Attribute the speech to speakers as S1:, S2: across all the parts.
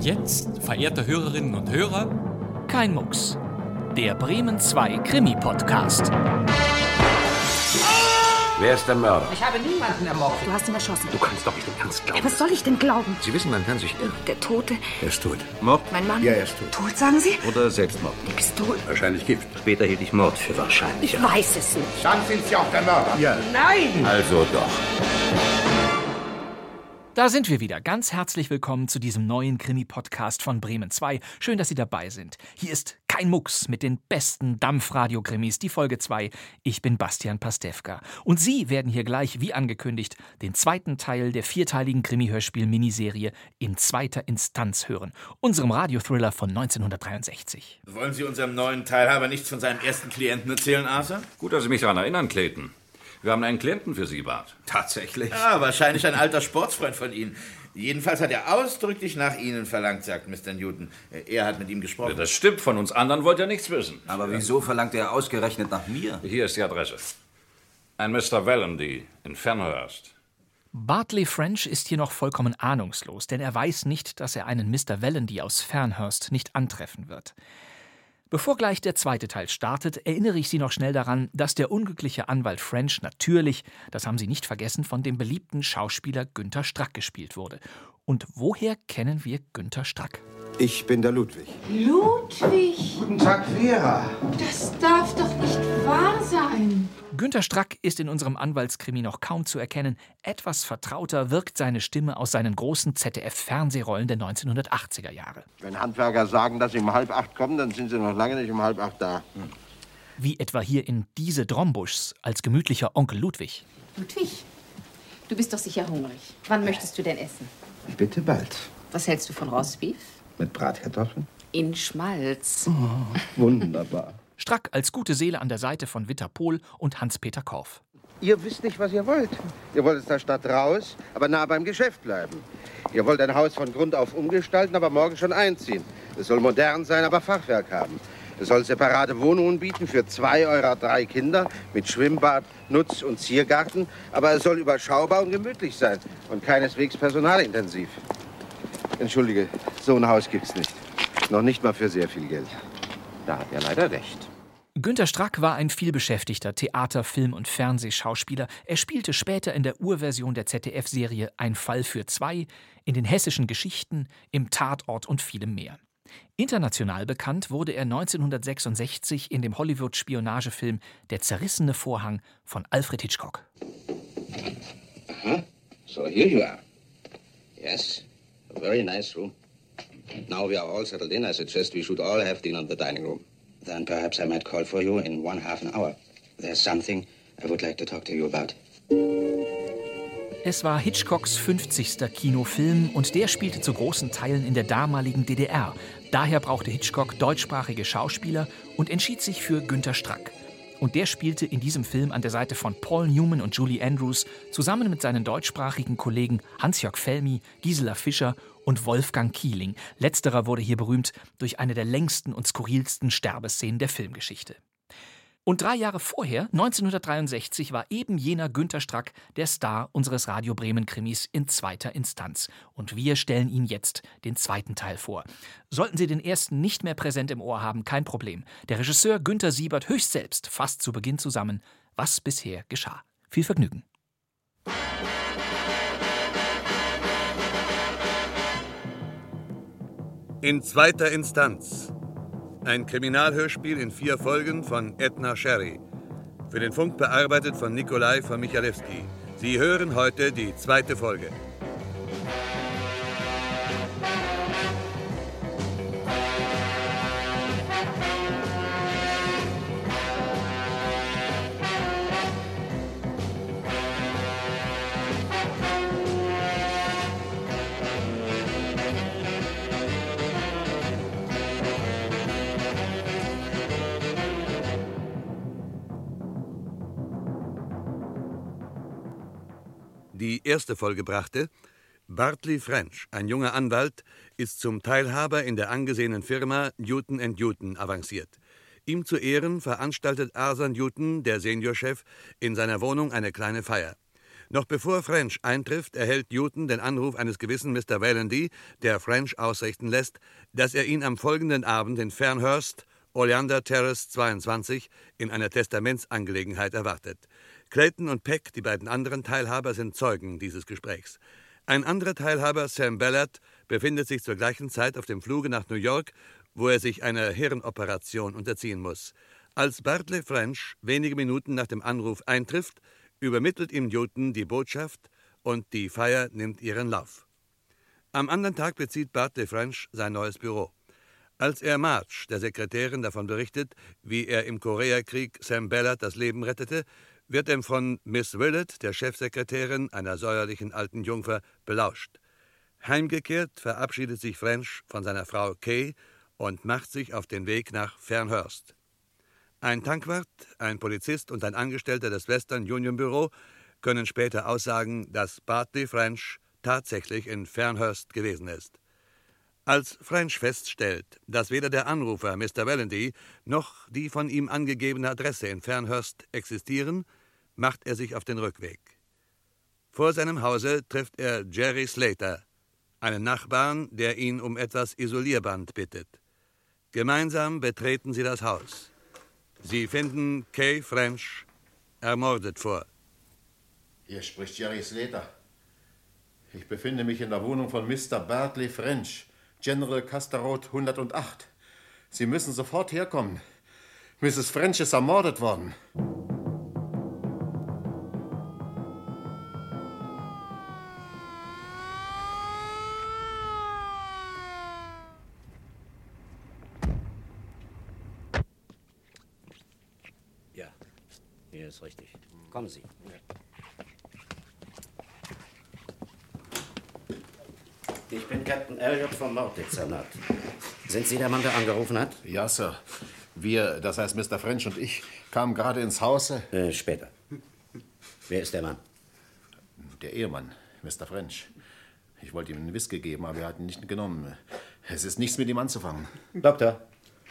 S1: jetzt, verehrte Hörerinnen und Hörer,
S2: Kein Mucks. Der Bremen 2 Krimi-Podcast.
S3: Wer ist der Mörder?
S4: Ich habe niemanden ermordet.
S5: Du hast ihn erschossen.
S3: Du kannst doch nicht im Ernst glauben.
S5: Was soll ich denn glauben?
S3: Sie wissen, man kann sich irren.
S5: Der Tote,
S3: Er ist tot.
S5: mein Mann. Ja, er ist tot. Tot, sagen Sie?
S3: Oder Selbstmord.
S5: Bist du?
S3: Wahrscheinlich Gift. Später hielt ich Mord für wahrscheinlich.
S5: Ich weiß es nicht.
S6: Dann sind Sie auch der Mörder. Ja.
S4: Nein!
S3: Also doch.
S2: Da sind wir wieder. Ganz herzlich willkommen zu diesem neuen Krimi-Podcast von Bremen 2. Schön, dass Sie dabei sind. Hier ist Kein Mucks mit den besten Dampfradio-Krimis, die Folge 2. Ich bin Bastian Pastewka. Und Sie werden hier gleich, wie angekündigt, den zweiten Teil der vierteiligen Krimi-Hörspiel-Miniserie in zweiter Instanz hören. Unserem Radiothriller von 1963.
S7: Wollen Sie unserem neuen Teilhaber nichts von seinem ersten Klienten erzählen, Arthur?
S3: Gut, dass Sie mich daran erinnern, Clayton. Wir haben einen Klienten für Sie, Bart.
S6: Tatsächlich.
S7: Ja, Ah, wahrscheinlich ein alter Sportsfreund von Ihnen. Jedenfalls hat er ausdrücklich nach Ihnen verlangt, sagt Mr. Newton. Er hat mit ihm gesprochen.
S3: Das stimmt, von uns anderen wollt ihr nichts wissen.
S8: Aber wieso verlangt er ausgerechnet nach mir?
S3: Hier ist die Adresse. Ein Mr. Valendy in Fernhurst.
S2: Bartley French ist hier noch vollkommen ahnungslos, denn er weiß nicht, dass er einen Mr. Valendy aus Fernhurst nicht antreffen wird. Bevor gleich der zweite Teil startet, erinnere ich Sie noch schnell daran, dass der unglückliche Anwalt French natürlich, das haben Sie nicht vergessen, von dem beliebten Schauspieler Günther Strack gespielt wurde. Und woher kennen wir Günther Strack?
S9: Ich bin der Ludwig.
S10: Ludwig,
S6: Guten Tag, Vera.
S10: das darf doch nicht wahr sein.
S2: Günther Strack ist in unserem Anwaltskrimi noch kaum zu erkennen. Etwas vertrauter wirkt seine Stimme aus seinen großen ZDF-Fernsehrollen der 1980er Jahre.
S9: Wenn Handwerker sagen, dass sie um halb acht kommen, dann sind sie noch lange nicht um halb acht da.
S2: wie etwa hier in diese Drombuschs als gemütlicher Onkel Ludwig.
S10: Ludwig, du bist doch sicher hungrig. Wann möchtest du denn essen?
S9: Bitte bald.
S10: Was hältst du von Rostbeef?
S9: Mit Bratkartoffeln?
S10: In Schmalz.
S9: Oh. Wunderbar.
S2: Strack als gute Seele an der Seite von Witter Pohl und Hans-Peter Korf.
S9: Ihr wisst nicht, was ihr wollt. Ihr wollt aus der Stadt raus, aber nah beim Geschäft bleiben. Ihr wollt ein Haus von Grund auf umgestalten, aber morgen schon einziehen. Es soll modern sein, aber Fachwerk haben. Es soll separate Wohnungen bieten für zwei eurer drei Kinder mit Schwimmbad, Nutz- und Ziergarten. Aber es soll überschaubar und gemütlich sein und keineswegs personalintensiv. Entschuldige, so ein Haus gibt's nicht. Noch nicht mal für sehr viel Geld. Da hat er leider recht.
S2: Günter Strack war ein vielbeschäftigter Theater-, Film- und Fernsehschauspieler. Er spielte später in der Urversion der ZDF-Serie Ein Fall für zwei, in den hessischen Geschichten, im Tatort und vielem mehr. International bekannt wurde er 1966 in dem Hollywood-Spionagefilm Der zerrissene Vorhang von Alfred Hitchcock.
S9: So here you are. Yes, a very nice room. Now we are all settled in. I suggest we should all have dinner in the dining room. Then perhaps I might call for you in one half an hour. There's something I would like to talk to you about.
S2: Es war Hitchcocks 50. Kinofilm und der spielte zu großen Teilen in der damaligen DDR. Daher brauchte Hitchcock deutschsprachige Schauspieler und entschied sich für Günter Strack. Und der spielte in diesem Film an der Seite von Paul Newman und Julie Andrews zusammen mit seinen deutschsprachigen Kollegen Hans-Jörg Felmy, Gisela Fischer und Wolfgang Kieling. Letzterer wurde hier berühmt durch eine der längsten und skurrilsten Sterbeszenen der Filmgeschichte. Und drei Jahre vorher, 1963, war eben jener Günter Strack der Star unseres Radio Bremen-Krimis in zweiter Instanz. Und wir stellen Ihnen jetzt den zweiten Teil vor. Sollten Sie den ersten nicht mehr präsent im Ohr haben, kein Problem. Der Regisseur Günter Siebert höchst selbst fasst zu Beginn zusammen, was bisher geschah. Viel Vergnügen.
S11: In zweiter Instanz. Ein Kriminalhörspiel in vier Folgen von Edna Sherry. Für den Funk bearbeitet von Nikolai von Michalewski. Sie hören heute die zweite Folge. Die erste Folge brachte Bartley French, ein junger Anwalt, ist zum Teilhaber in der angesehenen Firma Newton Newton avanciert. Ihm zu Ehren veranstaltet Arthur Newton, der Seniorchef, in seiner Wohnung eine kleine Feier. Noch bevor French eintrifft, erhält Newton den Anruf eines gewissen Mr. Valendy, der French ausrichten lässt, dass er ihn am folgenden Abend in Fernhurst, Oleander Terrace 22, in einer Testamentsangelegenheit erwartet. Clayton und Peck, die beiden anderen Teilhaber, sind Zeugen dieses Gesprächs. Ein anderer Teilhaber, Sam Ballard, befindet sich zur gleichen Zeit auf dem Fluge nach New York, wo er sich einer Hirnoperation unterziehen muss. Als Bartley French wenige Minuten nach dem Anruf eintrifft, übermittelt ihm Newton die Botschaft und die Feier nimmt ihren Lauf. Am anderen Tag bezieht Bartley French sein neues Büro. Als er March, der Sekretärin, davon berichtet, wie er im Koreakrieg Sam Ballard das Leben rettete, wird er von Miss Willett, der Chefsekretärin, einer säuerlichen alten Jungfer, belauscht. Heimgekehrt verabschiedet sich French von seiner Frau Kay und macht sich auf den Weg nach Fernhurst. Ein Tankwart, ein Polizist und ein Angestellter des Western Union Büro können später aussagen, dass Bartley French tatsächlich in Fernhurst gewesen ist. Als French feststellt, dass weder der Anrufer Mr. Valendy noch die von ihm angegebene Adresse in Fernhurst existieren, macht er sich auf den Rückweg. Vor seinem Hause trifft er Jerry Slater, einen Nachbarn, der ihn um etwas Isolierband bittet. Gemeinsam betreten sie das Haus. Sie finden Kay French ermordet vor.
S4: Hier spricht Jerry Slater. Ich befinde mich in der Wohnung von Mr. Bartley French, General Custerroad 108. Sie müssen sofort herkommen. Mrs. French ist ermordet worden.
S12: Ja, hier ist richtig. Kommen Sie.
S7: Ich bin Captain Elliot vom Morddezernat. Sind Sie der Mann, der angerufen hat?
S4: Ja, Sir. Wir, das heißt Mr. French und ich, kamen gerade ins Haus.
S7: Äh, später. Wer ist der Mann?
S4: Der Ehemann, Mr. French. Ich wollte ihm einen Whisky geben, aber er hat ihn nicht genommen. Es ist nichts mit ihm anzufangen.
S7: Doktor.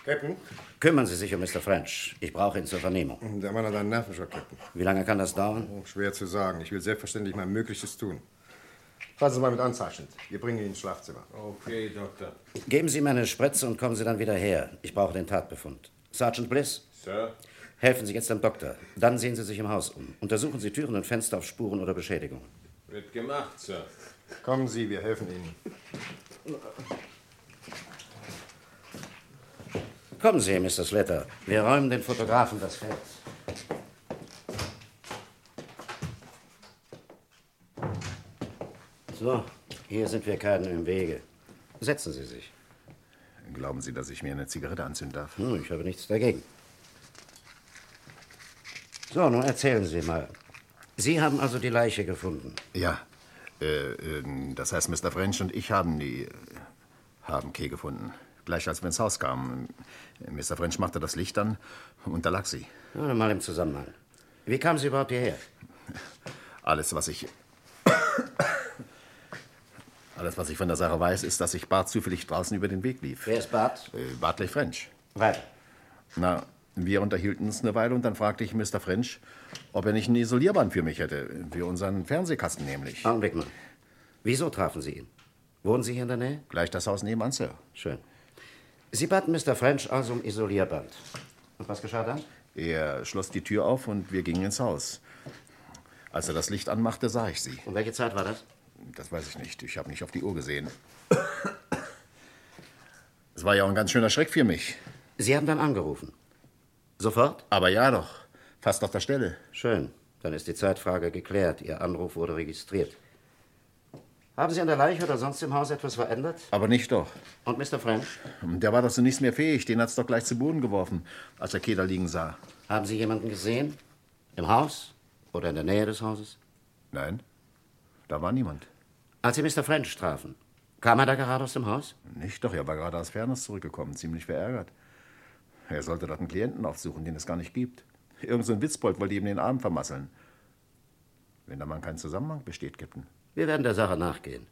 S13: Captain?
S7: Kümmern Sie sich um Mr. French. Ich brauche ihn zur Vernehmung.
S13: Der Mann hat einen Nervenschlag, Captain. Oh,
S7: Wie lange kann das dauern?
S13: Schwer zu sagen. Ich will selbstverständlich mein Möglichstes tun. Fassen Sie mal mit an, Sergeant. Wir bringen ihn ins Schlafzimmer. Okay, Doktor.
S7: Geben Sie mir eine Spritze und kommen Sie dann wieder her. Ich brauche den Tatbefund. Sergeant Bliss,
S13: Sir?
S7: helfen Sie jetzt dem Doktor. Dann sehen Sie sich im Haus um. Untersuchen Sie Türen und Fenster auf Spuren oder Beschädigungen.
S13: Wird gemacht, Sir. Kommen Sie, wir helfen Ihnen.
S7: Kommen Sie, Mr. Slater. Wir räumen den Fotografen das Feld. So, hier sind wir keinen im Wege. Setzen Sie sich.
S4: Glauben Sie, dass ich mir eine Zigarette anzünden darf?
S7: Hm, ich habe nichts dagegen. So, nun erzählen Sie mal. Sie haben also die Leiche gefunden.
S4: Ja. Äh, ähm, das heißt, Mr. French und ich haben die. äh, haben Kay gefunden. Gleich als wir ins Haus kamen. Mr. French machte das Licht an und da lag sie.
S7: Ja, mal im Zusammenhang. Wie kam sie überhaupt hierher?
S4: Alles, was ich. Alles, was ich von der Sache weiß, ist, dass ich Bart zufällig draußen über den Weg lief.
S7: Wer ist Bart?
S4: Äh, Bartley French.
S7: Weiter.
S4: Na, wir unterhielten uns eine Weile und dann fragte ich Mr. French, ob er nicht ein Isolierband für mich hätte. Für unseren Fernsehkasten nämlich.
S7: Augenblick mal. Wieso trafen Sie ihn? Wohnen Sie hier in der Nähe?
S4: Gleich das Haus nebenan, Sir.
S7: Schön. Sie baten Mr. French also um Isolierband. Und was geschah dann?
S4: Er schloss die Tür auf und wir gingen ins Haus. Als er das Licht anmachte, sah ich sie.
S7: Und Um welche Zeit war das?
S4: Das weiß ich nicht. Ich habe nicht auf die Uhr gesehen. Es war ja auch ein ganz schöner Schreck für mich.
S7: Sie haben dann angerufen. Sofort?
S4: Aber ja doch. Fast auf der Stelle.
S7: Schön. Dann ist die Zeitfrage geklärt. Ihr Anruf wurde registriert. Haben Sie an der Leiche oder sonst im Haus etwas verändert?
S4: Aber nicht doch.
S7: Und Mr. French?
S4: Der war doch zu nichts mehr fähig. Den hat's doch gleich zu Boden geworfen, als er Keder liegen sah.
S7: Haben Sie jemanden gesehen? Im Haus? Oder in der Nähe des Hauses?
S4: Nein. Da war niemand.
S7: Als Sie Mr. French trafen, kam er da gerade aus dem Haus?
S4: Nicht doch. Er war gerade aus Fairness zurückgekommen. Ziemlich verärgert. Er sollte dort einen Klienten aufsuchen, den es gar nicht gibt. Irgend so ein Witzbold wollte ihm den Arm vermasseln. Wenn da mal kein Zusammenhang besteht, Captain.
S7: Wir werden der Sache nachgehen.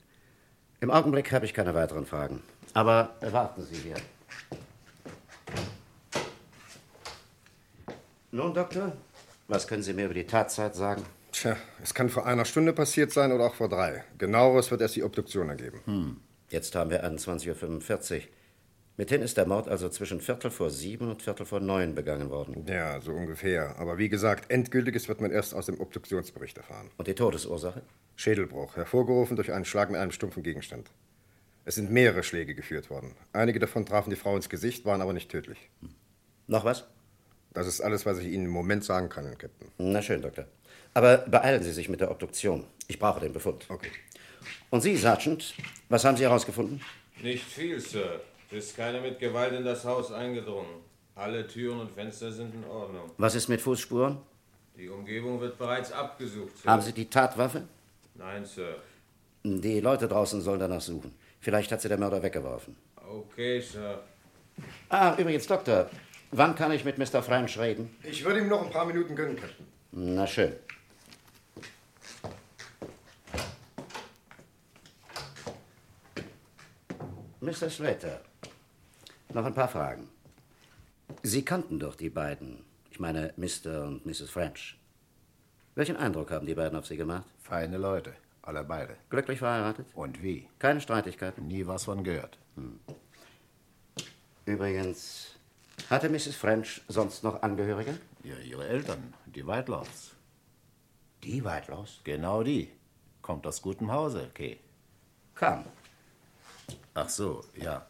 S7: Im Augenblick habe ich keine weiteren Fragen. Aber warten Sie hier. Nun, Doktor, was können Sie mir über die Tatzeit sagen?
S13: Tja, es kann vor einer Stunde passiert sein oder auch vor drei. Genaueres wird erst die Obduktion ergeben.
S7: Hm. Jetzt haben wir 21.45 Uhr. Mithin ist der Mord also zwischen Viertel vor sieben und Viertel vor neun begangen worden.
S13: Ja, so ungefähr. Aber wie gesagt, Endgültiges wird man erst aus dem Obduktionsbericht erfahren.
S7: Und die Todesursache?
S13: Schädelbruch, hervorgerufen durch einen Schlag mit einem stumpfen Gegenstand. Es sind mehrere Schläge geführt worden. Einige davon trafen die Frau ins Gesicht, waren aber nicht tödlich.
S7: Noch was?
S13: Das ist alles, was ich Ihnen im Moment sagen kann, Captain.
S7: Na schön, Doktor. Aber beeilen Sie sich mit der Obduktion. Ich brauche den Befund.
S13: Okay.
S7: Und Sie, Sergeant, was haben Sie herausgefunden?
S14: Nicht viel, Sir. Ist keiner mit Gewalt in das Haus eingedrungen. Alle Türen und Fenster sind in Ordnung.
S7: Was ist mit Fußspuren?
S14: Die Umgebung wird bereits abgesucht, Sir.
S7: Haben Sie die Tatwaffe?
S14: Nein, Sir.
S7: Die Leute draußen sollen danach suchen. Vielleicht hat sie der Mörder weggeworfen.
S14: Okay, Sir.
S7: Ah, übrigens, Doktor, wann kann ich mit Mr. French reden?
S13: Ich würde ihm noch ein paar Minuten gönnen, Captain.
S7: Na schön. Mr. Slater, noch ein paar Fragen. Sie kannten doch die beiden, ich meine Mr. und Mrs. French. Welchen Eindruck haben die beiden auf Sie gemacht?
S15: Feine Leute, alle beide.
S7: Glücklich verheiratet?
S4: Oh,
S15: Und wie?
S7: Keine Streitigkeiten? Hm.
S15: Nie was von gehört.
S7: Übrigens, hatte Mrs. French sonst noch Angehörige?
S15: Ja, ihre Eltern, die Weitlaufs.
S7: Die Weitlaufs?
S15: Genau die. Kommt aus gutem Hause, okay.
S7: Kam.
S15: Ach so, ja.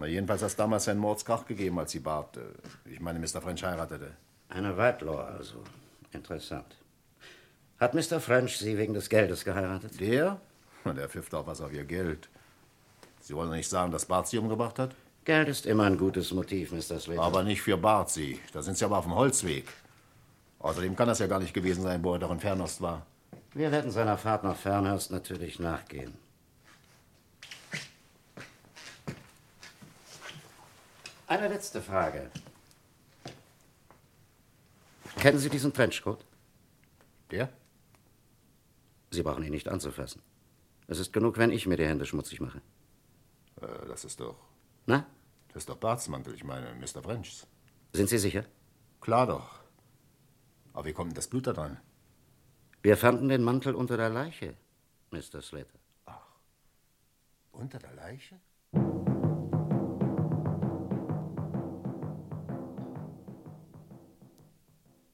S15: Na, jedenfalls hat es damals einen Mordskach gegeben, als sie Bart, äh, ich meine, Mr. French heiratete.
S7: Eine Weitlaw also. Interessant. Hat Mr. French Sie wegen des Geldes geheiratet?
S15: Der? Der pfifft auch was auf ihr Geld. Sie wollen doch nicht sagen, dass Bart sie umgebracht hat?
S7: Geld ist immer ein gutes Motiv, Mr. Slater.
S15: Aber nicht für Bart sie. Da sind sie aber auf dem Holzweg. Außerdem kann das ja gar nicht gewesen sein, wo er doch in Fernost war.
S7: Wir werden seiner Fahrt nach Fernhurst natürlich nachgehen. Eine letzte Frage. Kennen Sie diesen Trenchcoat?
S15: Der?
S7: Sie brauchen ihn nicht anzufassen. Es ist genug, wenn ich mir die Hände schmutzig mache.
S15: Äh, das ist doch.
S7: Na?
S15: Das ist doch Barts Mantel, ich meine, Mr. Frenchs.
S7: Sind Sie sicher?
S15: Klar doch. Aber wie kommt denn das Blut da dran?
S7: Wir fanden den Mantel unter der Leiche, Mr. Slater.
S15: Unter der Leiche?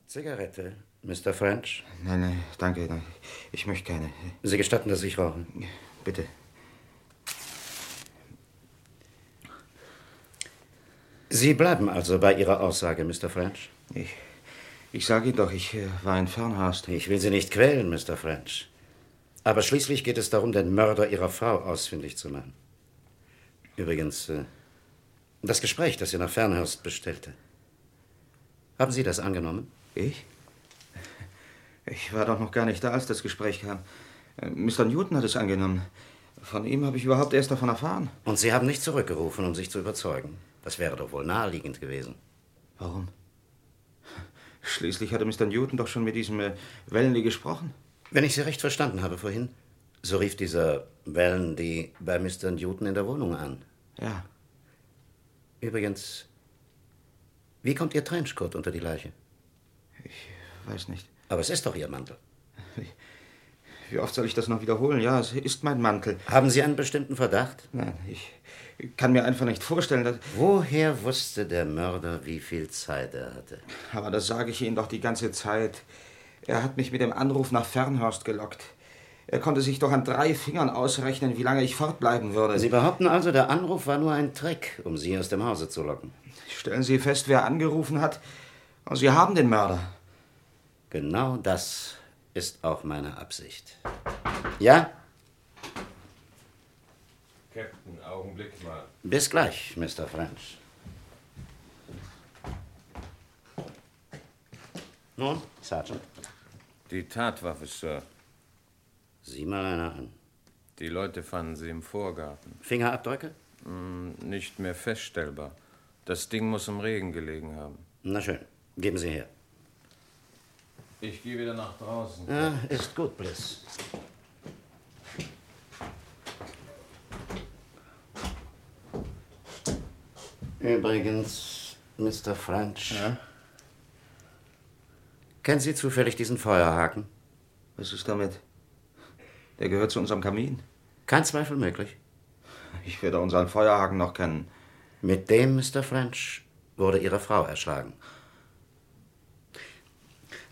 S7: Zigarette, Mr. French?
S16: Nein, nein, danke, danke. Ich möchte keine.
S7: Sie gestatten, dass ich rauche?
S16: Bitte.
S7: Sie bleiben also bei Ihrer Aussage, Mr. French?
S16: Ich, ich sage Ihnen doch, ich äh, war in Fernhast.
S7: Ich will Sie nicht quälen, Mr. French. Aber schließlich geht es darum, den Mörder Ihrer Frau ausfindig zu machen. Übrigens, äh, das Gespräch, das Sie nach Fernhurst bestellte, haben Sie das angenommen?
S16: Ich? Ich war doch noch gar nicht da, als das Gespräch kam. Äh, Mr. Newton hat es angenommen. Von ihm habe ich überhaupt erst davon erfahren.
S7: Und Sie haben nicht zurückgerufen, um sich zu überzeugen. Das wäre doch wohl naheliegend gewesen.
S16: Warum? Schließlich hatte Mr. Newton doch schon mit diesem äh, Wellenley gesprochen.
S7: Wenn ich Sie recht verstanden habe vorhin, so rief dieser Wellendy bei Mr. Newton in der Wohnung an.
S16: Ja.
S7: Übrigens, wie kommt Ihr Trenchcoat unter die Leiche?
S16: Weiß nicht.
S7: Aber es ist doch Ihr Mantel.
S16: Wie oft soll ich das noch wiederholen? Ja, es ist mein Mantel.
S7: Haben Sie einen bestimmten Verdacht?
S16: Nein, ich kann mir einfach nicht vorstellen, dass.
S7: Woher wusste der Mörder, wie viel Zeit er hatte?
S16: Aber das sage ich Ihnen doch die ganze Zeit. Er hat mich mit dem Anruf nach Fernhorst gelockt. Er konnte sich doch an drei Fingern ausrechnen, wie lange ich fortbleiben würde.
S7: Sie behaupten also, der Anruf war nur ein Trick, um Sie aus dem Hause zu locken.
S16: Stellen Sie fest, wer angerufen hat. Und Sie Also, haben den Mörder.
S7: Genau das ist auch meine Absicht. Ja?
S14: Captain, Augenblick mal.
S7: Bis gleich, Mr. French. Nun, Sergeant,
S14: Die Tatwaffe, Sir.
S7: sieh mal einer an.
S14: Die Leute fanden sie im Vorgarten.
S7: Fingerabdrücke?
S14: Hm, nicht mehr feststellbar. Das Ding muss im Regen gelegen haben.
S7: Na schön, geben Sie her.
S14: Ich gehe wieder nach draußen.
S7: Ja, Ah, ist gut, Bliss. Übrigens, Mr. French, Kennen Sie zufällig diesen Feuerhaken?
S16: Was ist damit? Der gehört zu unserem Kamin.
S7: Kein Zweifel möglich.
S16: Ich werde unseren Feuerhaken noch kennen.
S7: Mit dem, Mr. French, wurde Ihre Frau erschlagen.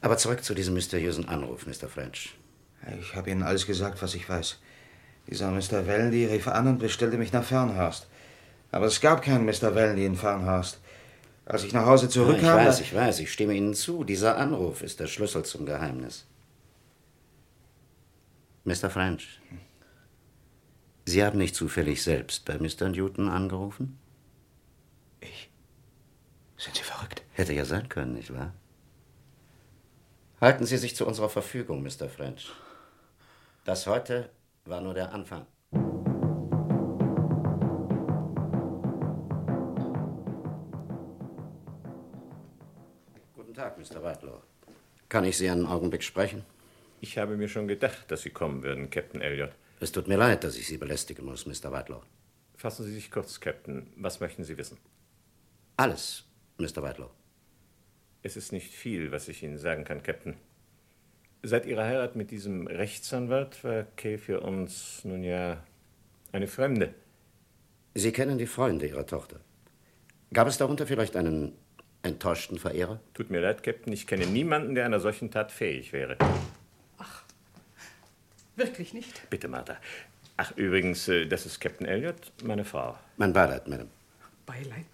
S7: Aber zurück zu diesem mysteriösen Anruf, Mr. French.
S16: Ich habe Ihnen alles gesagt, was ich weiß. Dieser Mr. Wellendy rief an und bestellte mich nach Fernhorst. Aber es gab keinen Mr. Wellendy in Fernhorst. Als ich nach Hause zurückkam...
S7: Ja, ich weiß, ich weiß, ich stimme Ihnen zu. Dieser Anruf ist der Schlüssel zum Geheimnis. Mr. French, Sie haben nicht zufällig selbst bei Mr. Newton angerufen? Ich?
S16: Sind Sie verrückt?
S7: Hätte ja sein können, nicht wahr? Halten Sie sich zu unserer Verfügung, Mr. French. Das heute war nur der Anfang. Guten Tag, Mr. Whitelaw. Kann ich Sie einen Augenblick sprechen?
S17: Ich habe mir schon gedacht, dass Sie kommen würden, Captain Elliot.
S7: Es tut mir leid, dass ich Sie belästigen muss, Mr. Whitelaw.
S17: Fassen Sie sich kurz, Captain. Was möchten Sie wissen?
S7: Alles, Mr. Whitelaw.
S17: Es ist nicht viel, was ich Ihnen sagen kann, Captain. Seit Ihrer Heirat mit diesem Rechtsanwalt war Kay für uns nun ja eine Fremde.
S7: Sie kennen die Freunde Ihrer Tochter. Gab es darunter vielleicht einen enttäuschten Verehrer?
S17: Tut mir leid, Captain, ich kenne niemanden, der einer solchen Tat fähig wäre.
S18: Wirklich nicht?
S17: Bitte, Martha. Ach, übrigens, äh, das ist Captain Elliot, meine Frau.
S7: Mein Beileid, Madame.
S18: Beileid.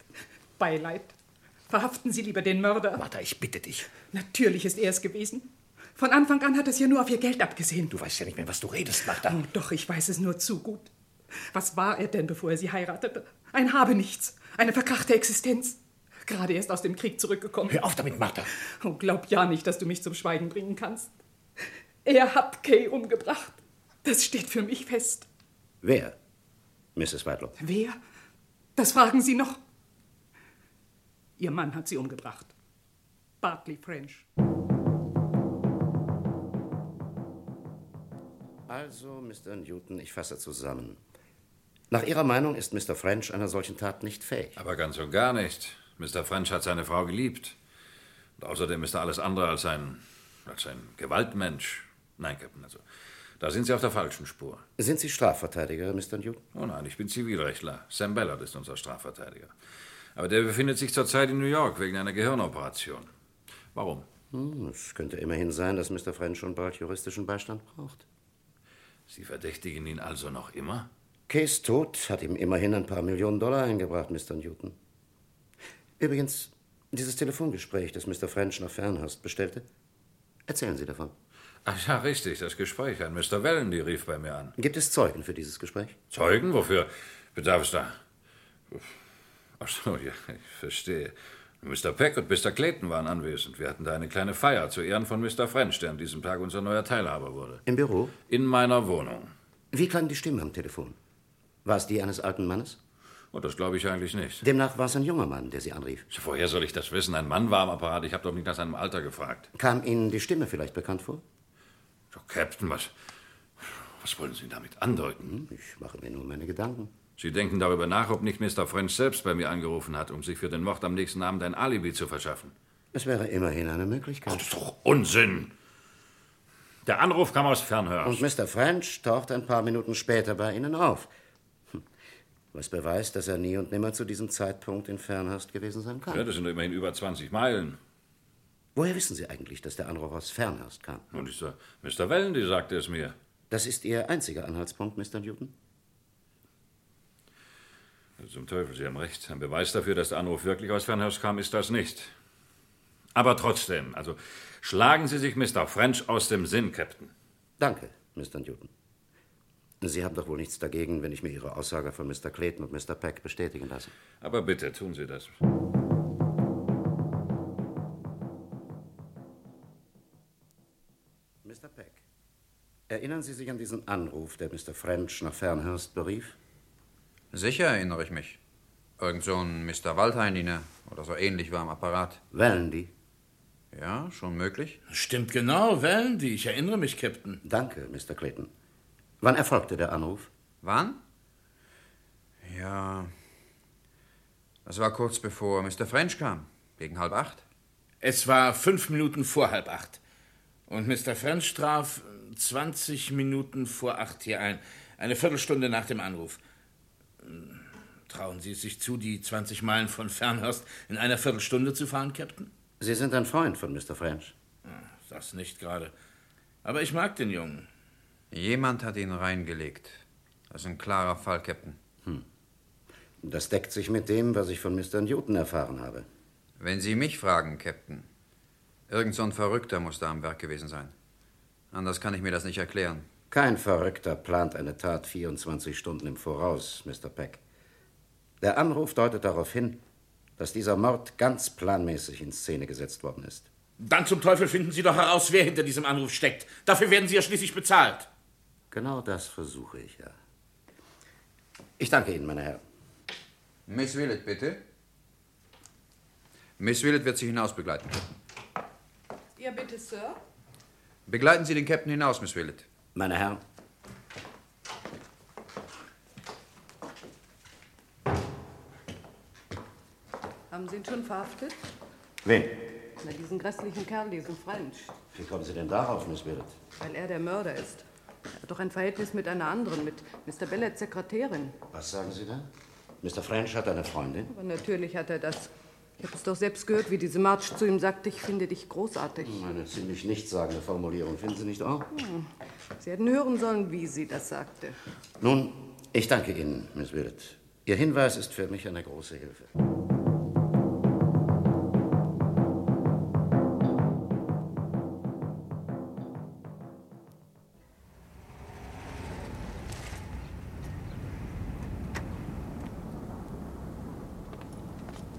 S18: Beileid. Verhaften Sie lieber den Mörder.
S7: Martha, ich bitte dich.
S18: Natürlich ist er es gewesen. Von Anfang an hat es ja nur auf ihr Geld abgesehen.
S7: Du weißt ja nicht mehr, was du redest, Martha.
S18: Oh, doch, ich weiß es nur zu gut. Was war er denn, bevor er sie heiratete? Ein Habenichts, eine verkrachte Existenz. Gerade erst aus dem Krieg zurückgekommen.
S7: Hör auf damit, Martha.
S18: Oh, glaub ja nicht, dass du mich zum Schweigen bringen kannst. Er hat Kay umgebracht. Das steht für mich fest.
S7: Wer? Mrs. Whitelaw.
S18: Wer? Das fragen Sie noch. Ihr Mann hat sie umgebracht. Bartley French.
S7: Also, Mr. Newton, ich fasse zusammen. Nach Ihrer Meinung ist Mr. French einer solchen Tat nicht fähig.
S3: Aber ganz und gar nicht. Mr. French hat seine Frau geliebt. Und außerdem ist er alles andere als ein, als ein Gewaltmensch. Nein, Captain, also, da sind Sie auf der falschen Spur.
S7: Sind Sie Strafverteidiger, Mr. Newton?
S3: Oh nein, ich bin Zivilrechtler. Sam Ballard ist unser Strafverteidiger. Aber der befindet sich zurzeit in New York wegen einer Gehirnoperation. Warum?
S7: Hm, es könnte immerhin sein, dass Mr. French schon bald juristischen Beistand braucht.
S3: Sie verdächtigen ihn also noch immer?
S7: Kays Tod hat ihm immerhin ein paar Millionen Dollar eingebracht, Mr. Newton. Übrigens, dieses Telefongespräch, das Mr. French nach Fernhurst bestellte, erzählen Sie davon.
S3: Ach ja, richtig, das Gespräch an Mr. Wellendy rief bei mir an.
S7: Gibt es Zeugen für dieses Gespräch?
S3: Zeugen? Wofür bedarf es da? Ach so, ja, ich verstehe. Mr. Peck und Mr. Clayton waren anwesend. Wir hatten da eine kleine Feier zu Ehren von Mr. French, der an diesem Tag unser neuer Teilhaber wurde.
S7: Im Büro?
S3: In meiner Wohnung.
S7: Wie klang die Stimme am Telefon? War es die eines alten Mannes?
S3: Und Oh, das glaube ich eigentlich nicht.
S7: Demnach war es ein junger Mann, der Sie anrief.
S3: Woher soll ich das wissen? Ein Mann war am Apparat. Ich habe doch nicht nach seinem Alter gefragt.
S7: Kam Ihnen die Stimme vielleicht bekannt vor?
S3: So, Captain, was, was wollen Sie damit
S7: Hm,
S3: andeuten?
S7: Ich mache mir nur meine Gedanken.
S3: Sie denken darüber nach, ob nicht Mr. French selbst bei mir angerufen hat, um sich für den Mord am nächsten Abend ein Alibi zu verschaffen.
S7: Es wäre immerhin eine Möglichkeit.
S3: Unsinn! Der Anruf kam aus Fernhörst.
S7: Und Mr. French taucht ein paar Minuten später bei Ihnen auf. Hm. Was beweist, dass er nie und nimmer zu diesem Zeitpunkt in Fernhurst gewesen sein kann.
S3: Ja, das sind immerhin über 20 Meilen.
S7: Woher wissen Sie eigentlich, dass der Anruf aus Fernhurst kam?
S3: Und ich sag, Mr. Wellendy sagte es mir.
S7: Das ist Ihr einziger Anhaltspunkt, Mr. Newton?
S3: Zum Teufel, Sie haben recht. Ein Beweis dafür, dass der Anruf wirklich aus Fernhurst kam, ist das nicht. Aber trotzdem, also schlagen Sie sich Mr. French aus dem Sinn, Captain.
S7: Danke, Mr. Newton. Sie haben doch wohl nichts dagegen, wenn ich mir Ihre Aussage von Mr. Clayton und Mr. Peck bestätigen lasse.
S3: Aber bitte tun Sie das.
S7: Mr. Peck, erinnern Sie sich an diesen Anruf, der Mr. French nach Fernhurst berief?
S19: Sicher erinnere ich mich. Irgend so ein Mr. Waldheinliner oder so ähnlich war am Apparat.
S7: Wellendy.
S19: Ja, schon möglich.
S20: Stimmt genau, Wellendy. Ich erinnere mich, Captain.
S7: Danke, Mr. Clayton. Wann erfolgte der Anruf?
S19: Wann? Ja. Das war kurz bevor Mr. French kam. Gegen halb acht.
S20: Es war fünf Minuten vor halb acht. Und Mr. French traf 20 Minuten vor acht hier ein. Eine Viertelstunde nach dem Anruf. Trauen Sie es sich zu, die 20 Meilen von Fernhurst in einer Viertelstunde zu fahren, Captain?
S7: Sie sind ein Freund von Mr. French.
S20: Ah, Das nicht gerade. Aber ich mag den Jungen.
S19: Jemand hat ihn reingelegt. Das ist ein klarer Fall, Captain.
S7: Das deckt sich mit dem, was ich von Mr. Newton erfahren habe.
S19: Wenn Sie mich fragen, Captain, irgend so ein Verrückter muss da am Werk gewesen sein. Anders kann ich mir das nicht erklären.
S7: Kein Verrückter plant eine Tat 24 Stunden im Voraus, Mr. Peck. Der Anruf deutet darauf hin, dass dieser Mord ganz planmäßig in Szene gesetzt worden ist.
S20: Dann zum Teufel finden Sie doch heraus, wer hinter diesem Anruf steckt. Dafür werden Sie ja schließlich bezahlt.
S7: Genau das versuche ich ja. Ich danke Ihnen, meine Herren.
S19: Miss Willett, bitte. Miss Willett wird Sie hinaus begleiten.
S21: Ja, bitte, Sir.
S19: Begleiten Sie den Captain hinaus, Miss Willett.
S7: Meine Herren.
S21: Haben Sie ihn schon verhaftet?
S7: Wen?
S21: Na, diesen grässlichen Kerl, diesen French.
S7: Wie kommen Sie denn darauf, Miss Willett?
S21: Weil er der Mörder ist. Er hat doch ein Verhältnis mit einer anderen, mit Mr. Bellets Sekretärin.
S7: Was sagen Sie da? Mr. French hat eine Freundin.
S21: Aber natürlich hat er das. Ich habe es doch selbst gehört, wie diese March zu ihm sagte, ich finde dich großartig.
S7: Eine ziemlich nichtssagende Formulierung, finden Sie nicht auch?
S21: Hm. Sie hätten hören sollen, wie sie das sagte.
S7: Nun, ich danke Ihnen, Miss Willett. Ihr Hinweis ist für mich eine große Hilfe.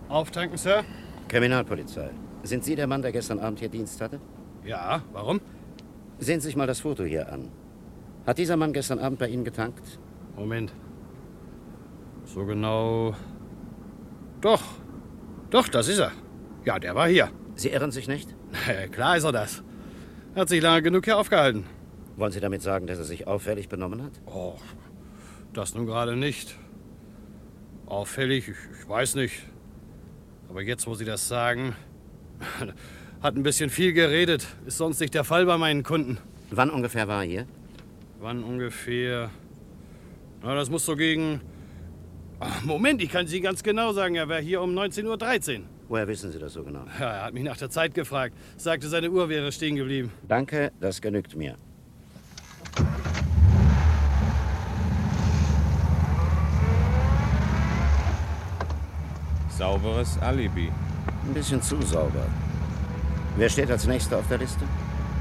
S22: Auftanken, Sir?
S7: Kriminalpolizei. Sind Sie der Mann, der gestern Abend hier Dienst hatte?
S22: Ja, warum?
S7: Sehen Sie sich mal das Foto hier an. Hat dieser Mann gestern Abend bei Ihnen getankt?
S22: Moment. So genau. Doch. Doch, das ist er. Ja, der war hier.
S7: Sie irren sich nicht?
S22: Klar ist er das. Hat sich lange genug hier aufgehalten.
S7: Wollen Sie damit sagen, dass er sich auffällig benommen hat?
S22: Oh, das nun gerade nicht. Auffällig, ich, ich weiß nicht. Aber jetzt, wo Sie das sagen, hat ein bisschen viel geredet. Ist sonst nicht der Fall bei meinen Kunden.
S7: Wann ungefähr war er hier?
S22: Wann ungefähr? Na, das muss so gegen. Ach, Moment, ich kann es Ihnen ganz genau sagen. Er war hier um 19.13 Uhr.
S7: Woher wissen Sie das so genau?
S22: Ja, er hat mich nach der Zeit gefragt. Sagte, seine Uhr wäre stehen geblieben.
S7: Danke, das genügt mir.
S14: Sauberes Alibi.
S7: Ein bisschen zu sauber. Wer steht als nächster auf der Liste?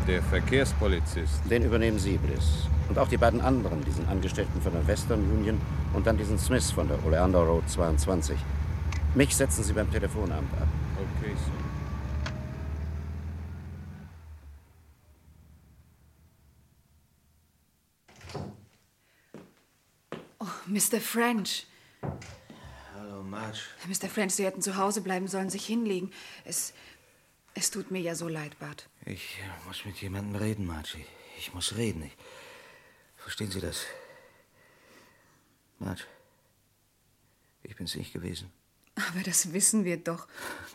S14: Der Verkehrspolizist.
S7: Den übernehmen Sie, Bliss. Und auch die beiden anderen, diesen Angestellten von der Western Union und dann diesen Smith von der Oleander Road 22. Mich setzen Sie beim Telefonamt ab.
S14: Okay, Sir.
S23: Oh, Mr. French.
S16: Hallo, Marge.
S23: Mr. French, Sie hätten zu Hause bleiben sollen, sich hinlegen. Es, es tut mir ja so leid, Bart.
S16: Ich muss mit jemandem reden, Marge. Ich muss reden. Ich, verstehen Sie das? Marge, ich bin's nicht gewesen.
S23: Aber das wissen wir doch.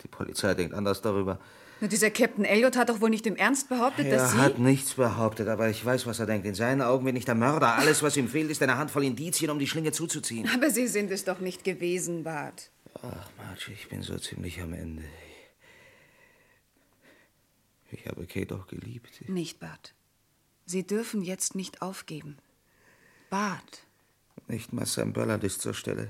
S16: Die Polizei denkt anders darüber.
S23: Nur dieser Captain Elliot hat doch wohl nicht im Ernst behauptet, dass
S16: Er
S23: Sie...
S16: hat nichts behauptet, aber ich weiß, was er denkt. In seinen Augen bin ich der Mörder. Alles, was ihm fehlt, ist eine Handvoll Indizien, um die Schlinge zuzuziehen.
S23: Aber Sie sind es doch nicht gewesen, Bart.
S16: Ach, Marge, ich bin so ziemlich am Ende. Ich habe Kate auch geliebt.
S23: Nicht, Bart. Sie dürfen jetzt nicht aufgeben. Bart,
S16: Nicht mal Sam Ballard ist zur Stelle.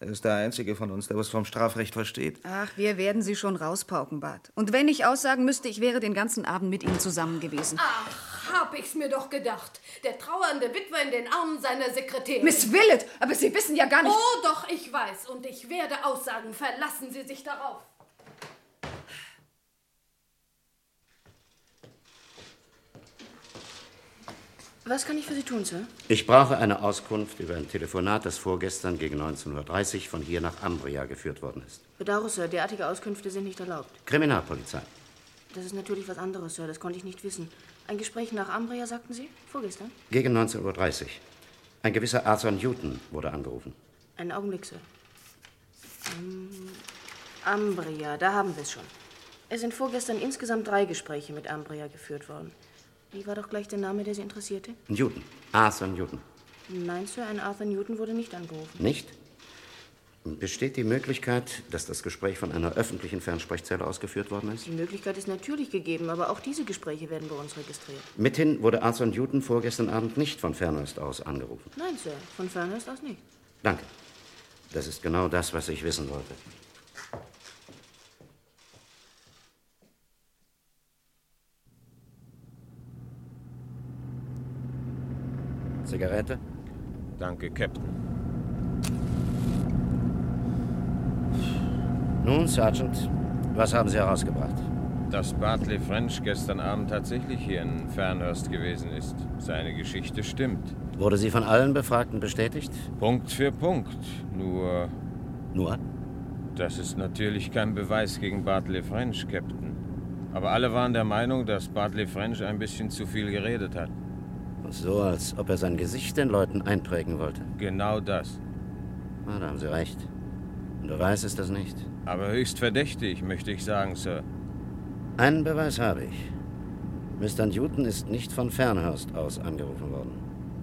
S16: Er ist der Einzige von uns, der was vom Strafrecht versteht.
S23: ach, wir werden Sie schon rauspauken, Bart. Und wenn ich aussagen müsste, ich wäre den ganzen Abend mit Ihnen zusammen
S6: Ah.
S23: gewesen.
S24: Ach, hab ich's mir doch gedacht. Der trauernde Witwer in den Armen seiner Sekretärin.
S23: Miss Willett, aber Sie wissen ja gar nicht...
S24: Oh, doch, ich weiß. Und ich werde aussagen. Verlassen Sie sich darauf.
S23: Was kann ich für Sie tun, Sir?
S7: Ich brauche eine Auskunft über ein Telefonat, das vorgestern gegen 19.30 Uhr von hier nach Ambria geführt worden ist.
S25: Bedauere, Sir, derartige Auskünfte sind nicht erlaubt.
S7: Kriminalpolizei.
S25: Das ist natürlich was anderes, Sir, das konnte ich nicht wissen. Ein Gespräch nach Ambria, sagten Sie? Vorgestern?
S7: Gegen 19.30 Uhr. Ein gewisser Arthur Newton wurde angerufen.
S25: Einen Augenblick, Sir. Ähm, Ambria, da haben wir es schon. Es sind vorgestern insgesamt drei Gespräche mit Ambria geführt worden. Wie war doch gleich der Name, der Sie interessierte?
S7: Newton. Arthur Newton.
S25: Nein, Sir, ein Arthur Newton wurde nicht angerufen.
S7: Nicht? Besteht die Möglichkeit, dass das Gespräch von einer öffentlichen Fernsprechzelle ausgeführt worden ist?
S25: Die Möglichkeit ist natürlich gegeben, aber auch diese Gespräche werden bei uns registriert.
S7: Mithin wurde Arthur Newton vorgestern Abend nicht von Fernhurst aus angerufen.
S25: Nein, Sir, von Fernhurst aus nicht.
S7: Danke. Das ist genau das, was ich wissen wollte. Zigarette?
S20: Danke, Captain.
S7: Nun, Sergeant, was haben Sie herausgebracht?
S14: Dass Bartley French gestern Abend tatsächlich hier in Fernhurst gewesen ist. Seine Geschichte stimmt.
S7: Wurde sie von allen Befragten bestätigt?
S14: Punkt für Punkt. Nur.
S7: Nur?
S14: Das ist natürlich kein Beweis gegen Bartley French, Captain. Aber alle waren der Meinung, dass Bartley French ein bisschen zu viel geredet hat.
S7: So, als ob er sein Gesicht den Leuten einprägen wollte.
S14: Genau das.
S7: Na, da haben Sie recht. Ein Beweis ist das nicht.
S14: Aber höchst verdächtig, möchte ich sagen, Sir.
S7: Einen Beweis habe ich. Mr. Newton ist nicht von Fernhurst aus angerufen worden.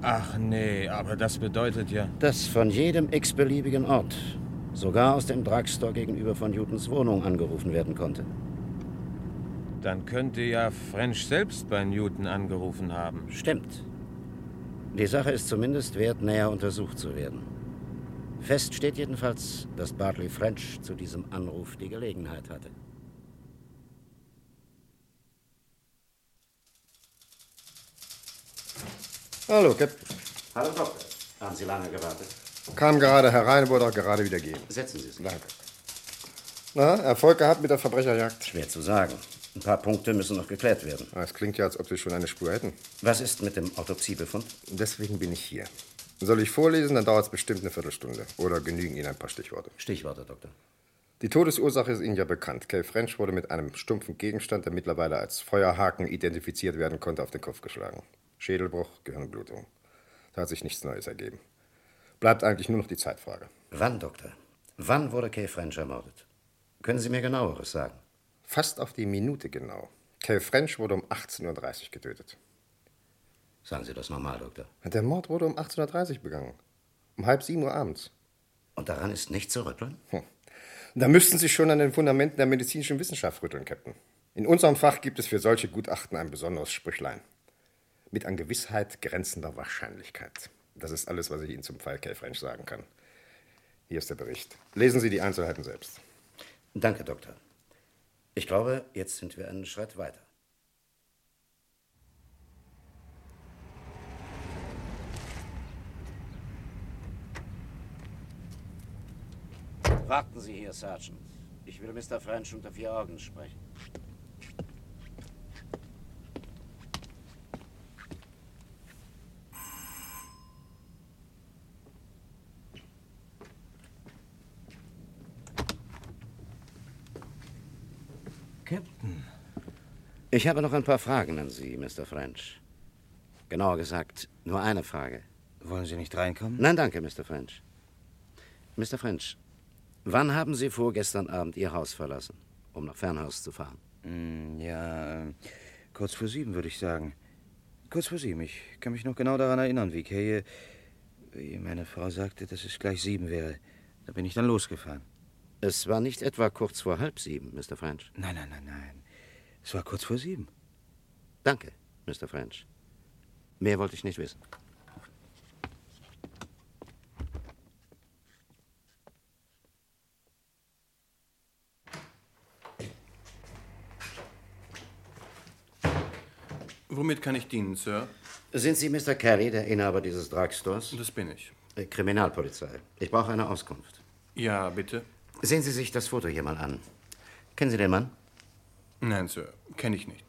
S14: Ach nee, aber das bedeutet ja.
S7: Das von jedem x-beliebigen Ort, sogar aus dem Drugstore gegenüber von Newtons Wohnung angerufen werden konnte.
S14: Dann könnte ja French selbst bei Newton angerufen haben.
S7: Stimmt. Die Sache ist zumindest wert, näher untersucht zu werden. Fest steht jedenfalls, dass Bartley French zu diesem Anruf die Gelegenheit hatte.
S13: Hallo, Captain.
S7: Hallo, Doktor. Haben Sie lange gewartet?
S13: Kam gerade herein, wollte auch gerade wieder gehen.
S7: Setzen Sie sich.
S13: Danke. Na, Erfolg gehabt mit der Verbrecherjagd? Ah,
S7: Schwer zu sagen. Ein paar Punkte müssen noch geklärt werden.
S13: Es klingt ja, als ob Sie schon eine Spur hätten.
S7: Was ist mit dem Autopsiebefund?
S13: Deswegen bin ich hier. Soll ich vorlesen, dann dauert es bestimmt eine Viertelstunde. Oder genügen Ihnen ein paar Stichworte.
S7: Stichworte, Doktor.
S13: Die Todesursache ist Ihnen ja bekannt. Kay French wurde mit einem stumpfen Gegenstand, der mittlerweile als Feuerhaken identifiziert werden konnte, auf den Kopf geschlagen. Schädelbruch, Gehirnblutung. Da hat sich nichts Neues ergeben. Bleibt eigentlich nur noch die Zeitfrage.
S7: Wann, Doktor? Wann wurde Kay French ermordet? Können Sie mir genaueres sagen?
S13: Fast auf die Minute genau. Kay French wurde um 18.30 Uhr getötet.
S7: Sagen Sie das nochmal, Doktor.
S13: Der Mord wurde um 18.30 Uhr begangen. Um halb sieben Uhr abends.
S7: Und daran ist nichts zu rütteln?
S13: Hm. Da müssten Sie schon an den Fundamenten der medizinischen Wissenschaft rütteln, Captain. In unserem Fach gibt es für solche Gutachten ein besonderes Sprüchlein. Mit an Gewissheit grenzender Wahrscheinlichkeit. Das ist alles, was ich Ihnen zum Fall Kay French sagen kann. Hier ist der Bericht. Lesen Sie die Einzelheiten selbst.
S7: Danke, Doktor. Ich glaube, jetzt sind wir einen Schritt weiter. Warten Sie hier, Sergeant. Ich will Mr. French unter vier Augen sprechen.
S20: Captain.
S7: Ich habe noch ein paar Fragen an Sie, Mr. French. Genauer gesagt, nur eine Frage.
S20: Wollen Sie nicht reinkommen?
S7: Nein, danke, Mr. French. Mr. French, wann haben Sie vorgestern Abend Ihr Haus verlassen, um nach Fernhaus zu fahren?
S16: Hm, Ja, äh, kurz vor sieben, würde ich sagen. Kurz vor sieben. Ich kann mich noch genau daran erinnern, wie Kay, äh, wie meine Frau sagte, dass es gleich sieben wäre. Da bin ich dann losgefahren.
S7: Es war nicht etwa kurz vor halb sieben, Mr. French.
S16: Nein, nein, nein, nein. Es war kurz vor sieben.
S7: Danke, Mr. French. Mehr wollte ich nicht wissen.
S1: Womit kann ich dienen, Sir?
S7: Sind Sie Mr. Carey, der Inhaber dieses Drugstores?
S1: Das bin ich.
S7: Äh, Kriminalpolizei. Ich brauche eine Auskunft.
S1: Ja, bitte.
S7: Sehen Sie sich das Foto hier mal an. Kennen Sie den Mann?
S1: Nein, Sir, kenne ich nicht.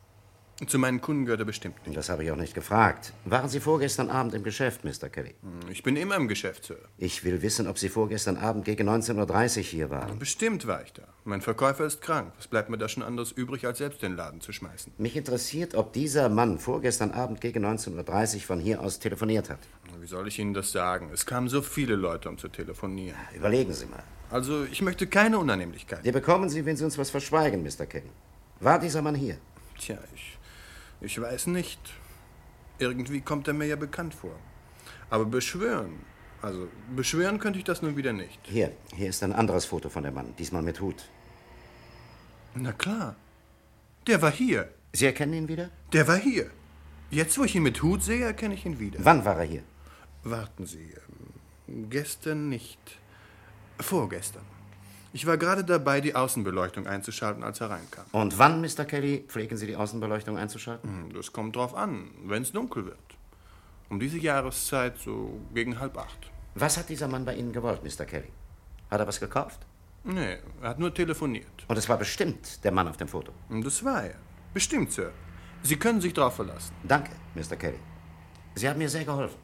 S1: Zu meinen Kunden gehört er bestimmt nicht.
S7: Das habe ich auch nicht gefragt. Waren Sie vorgestern Abend im Geschäft, Mr. Kelly?
S1: Hm, Ich bin immer im Geschäft, Sir.
S7: Ich will wissen, ob Sie vorgestern Abend gegen 19.30 Uhr hier waren.
S1: Bestimmt war ich da. Mein Verkäufer ist krank. Was bleibt mir da schon anderes übrig, als selbst den Laden zu schmeißen?
S7: Mich interessiert, ob dieser Mann vorgestern Abend gegen 19.30 Uhr von hier aus telefoniert hat.
S1: Wie soll ich Ihnen das sagen? Es kamen so viele Leute, um zu telefonieren.
S7: Überlegen Sie mal.
S1: Also, ich möchte keine Unannehmlichkeit.
S7: Die bekommen Sie, wenn Sie uns was verschweigen, Mr. Kelly. War dieser Mann hier?
S1: Tja, ich, ich weiß nicht. Irgendwie kommt er mir ja bekannt vor. Aber beschwören, also beschwören könnte ich das nun wieder nicht.
S7: Hier, hier ist ein anderes Foto von dem Mann, diesmal mit Hut.
S1: Na klar, der war hier.
S7: Sie erkennen ihn wieder?
S1: Der war hier. Jetzt, wo ich ihn mit Hut sehe, erkenne ich ihn wieder.
S7: Wann war er hier?
S1: Warten Sie, ähm, gestern nicht. Vorgestern. Ich war gerade dabei, die Außenbeleuchtung einzuschalten, als er reinkam.
S7: Und wann, Mr. Kelly, pflegen Sie die Außenbeleuchtung einzuschalten?
S1: Hm, Das kommt drauf an, wenn es dunkel wird. Um diese Jahreszeit so gegen halb acht.
S7: Was hat dieser Mann bei Ihnen gewollt, Mr. Kelly? Hat er was gekauft?
S1: Nee, er hat nur telefoniert.
S7: Und es war bestimmt der Mann auf dem Foto.
S1: Das war er. Bestimmt, Sir. Sie können sich darauf verlassen.
S7: Danke, Mr. Kelly. Sie haben mir sehr geholfen.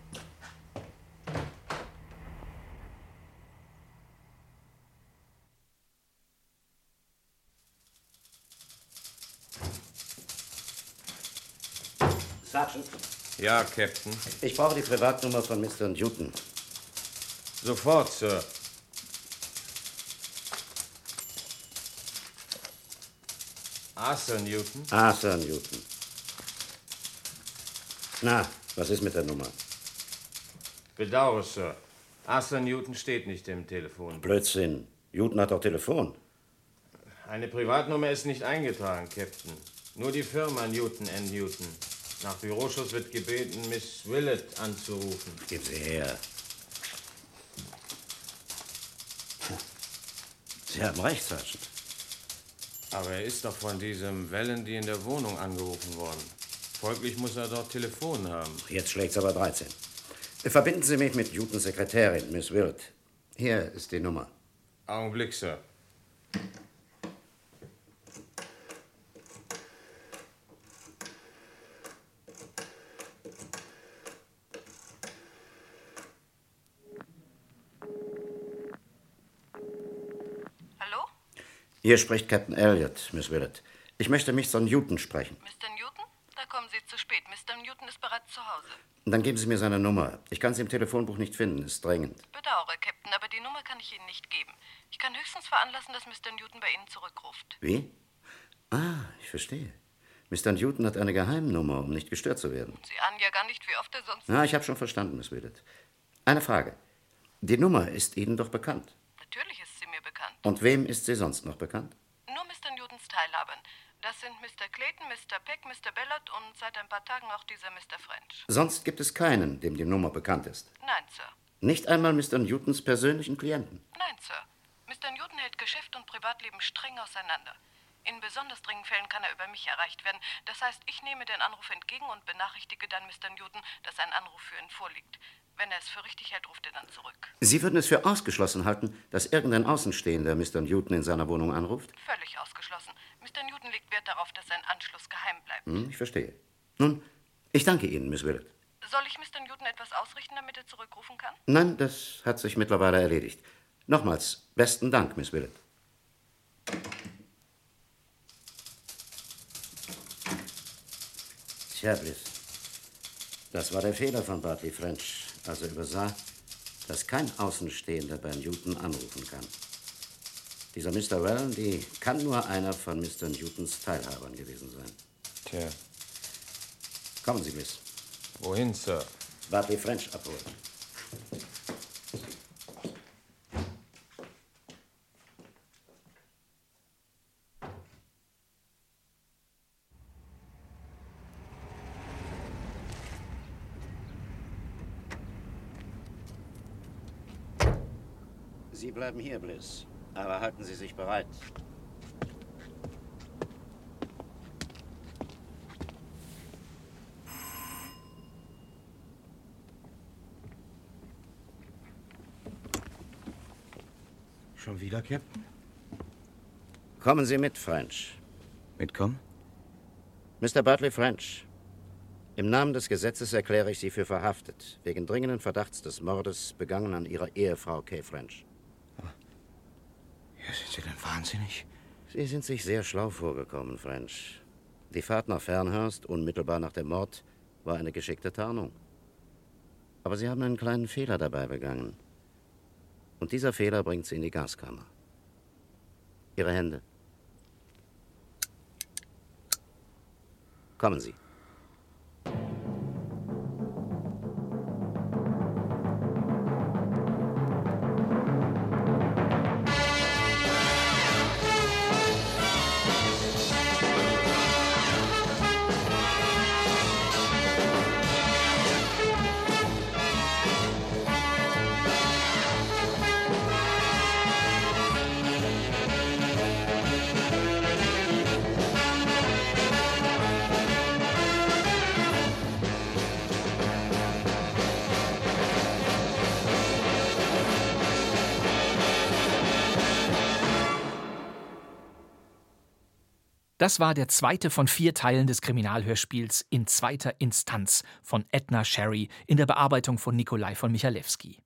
S7: Sergeant,
S3: Ja, Captain.
S7: ich brauche die Privatnummer von Mr. Newton.
S3: Sofort, Sir. Arthur Newton.
S7: Arthur Ah, Newton. Na, was ist mit der Nummer?
S5: Bedauere, Sir. Arthur Newton steht nicht im Telefon.
S7: Blödsinn. Newton hat doch Telefon.
S5: Eine Privatnummer ist nicht eingetragen, Captain. Nur die Firma Newton N. Newton. Nach Büroschuss wird gebeten, Miss Willett anzurufen.
S7: Gib sie her. Sie haben recht, Sergeant.
S5: Aber er ist doch von diesem Valentine in der Wohnung angerufen worden. Folglich muss er dort Telefon haben.
S7: Jetzt schlägt's aber 13. Verbinden Sie mich mit Newtons Sekretärin, Miss Wirt. Hier ist die Nummer.
S5: Augenblick, Sir.
S7: Hier spricht Captain Elliot, Miss Willett. Ich möchte mich zu Newton sprechen.
S6: Mr. Newton? Da kommen Sie zu spät. Mr. Newton ist bereits zu Hause.
S7: Dann geben Sie mir seine Nummer. Ich kann sie im Telefonbuch nicht finden, ist dringend.
S6: Bedauere, Captain, aber die Nummer kann ich Ihnen nicht geben. Ich kann höchstens veranlassen, dass Mr. Newton bei Ihnen zurückruft.
S7: Wie? Ah, ich verstehe. Mr. Newton hat eine Geheimnummer, um nicht gestört zu werden.
S6: Sie ahnen ja gar nicht, wie oft er sonst.
S7: Ja, ich habe schon verstanden, Miss Willett. Eine Frage. Die Nummer ist Ihnen doch bekannt.
S6: Natürlich ist sie mir bekannt.
S7: Und wem ist sie sonst noch bekannt?
S6: Nur Mr. Newtons Teilhabern. Das sind Mr. Clayton, Mr. Peck, Mr. Bellot und seit ein paar Tagen auch dieser Mr. French.
S7: Sonst gibt es keinen, dem die Nummer bekannt ist.
S6: Nein, Sir.
S7: Nicht einmal Mr. Newtons persönlichen Klienten.
S6: Nein, Sir. Mr. Newton hält Geschäft und Privatleben streng auseinander. In besonders dringenden Fällen kann er über mich erreicht werden. Das heißt, ich nehme den Anruf entgegen und benachrichtige dann Mr. Newton, dass ein Anruf für ihn vorliegt. Wenn er es für richtig hält, ruft er dann zurück.
S7: Sie würden es für ausgeschlossen halten, dass irgendein Außenstehender Mr. Newton in seiner Wohnung anruft?
S6: Völlig ausgeschlossen. Mr. Newton legt Wert darauf, dass sein Anschluss geheim bleibt.
S7: Hm, ich verstehe. Nun, ich danke Ihnen, Miss Willett.
S6: Soll ich Mr. Newton etwas ausrichten, damit er zurückrufen kann?
S7: Nein, das hat sich mittlerweile erledigt. Nochmals, besten Dank, Miss Willett. Tja, Bliss. Das war der Fehler von Bartley French, als er übersah, dass kein Außenstehender bei Newton anrufen kann. Dieser Mr. Wellendy kann nur einer von Mr. Newtons Teilhabern gewesen sein.
S14: Tja.
S7: Kommen Sie, Bliss.
S14: Wohin, Sir?
S7: Bartley French abholen. Sie bleiben hier, Bliss. Aber halten Sie sich bereit.
S16: Schon wieder, Captain?
S7: Kommen Sie mit, French.
S16: Mitkommen?
S7: Mr. Bartley French, im Namen des Gesetzes erkläre ich Sie für verhaftet, wegen dringenden Verdachts des Mordes begangen an Ihrer Ehefrau Kay French.
S16: Ja, sind Sie denn wahnsinnig?
S7: Sie sind sich sehr schlau vorgekommen, French. Die Fahrt nach Fernhurst, unmittelbar nach dem Mord, war eine geschickte Tarnung. Aber Sie haben einen kleinen Fehler dabei begangen. Und dieser Fehler bringt Sie in die Gaskammer. Ihre Hände. Kommen Sie.
S2: Das war der zweite von vier Teilen des Kriminalhörspiels in zweiter Instanz von Edna Sherry in der Bearbeitung von Nikolai von Michalewski.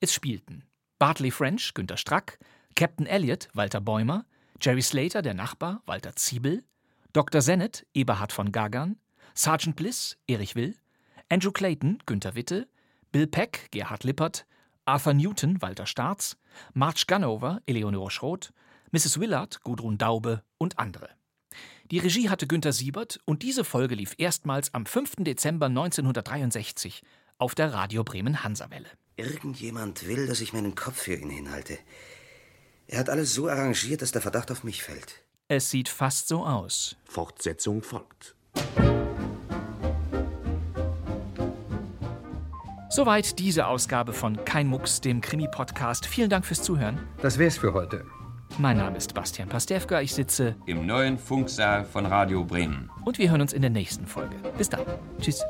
S2: Es spielten Bartley French, Günter Strack, Captain Elliot, Walter Bäumer, Jerry Slater, der Nachbar, Walter Ziebel, Dr. Sennett, Eberhard von Gagan, Sergeant Bliss, Erich Will, Andrew Clayton, Günter Witte, Bill Peck, Gerhard Lippert, Arthur Newton, Walter Staats, Marge Ganover, Eleonore Schroth, Mrs. Willard, Gudrun Daube und andere. Die Regie hatte Günter Siebert und diese Folge lief erstmals am 5. Dezember 1963 auf der Radio Bremen Hansawelle.
S7: Irgendjemand will, dass ich meinen Kopf für ihn hinhalte. Er hat alles so arrangiert, dass der Verdacht auf mich fällt.
S2: Es sieht fast so aus.
S8: Fortsetzung folgt.
S2: Soweit diese Ausgabe von Kein Mucks, dem Krimi-Podcast. Vielen Dank fürs Zuhören.
S9: Das wär's für heute.
S2: Mein Name ist Bastian Pastewka, ich sitze
S10: im neuen Funksaal von Radio Bremen.
S2: und wir hören uns in der nächsten Folge. Bis dann. Tschüss.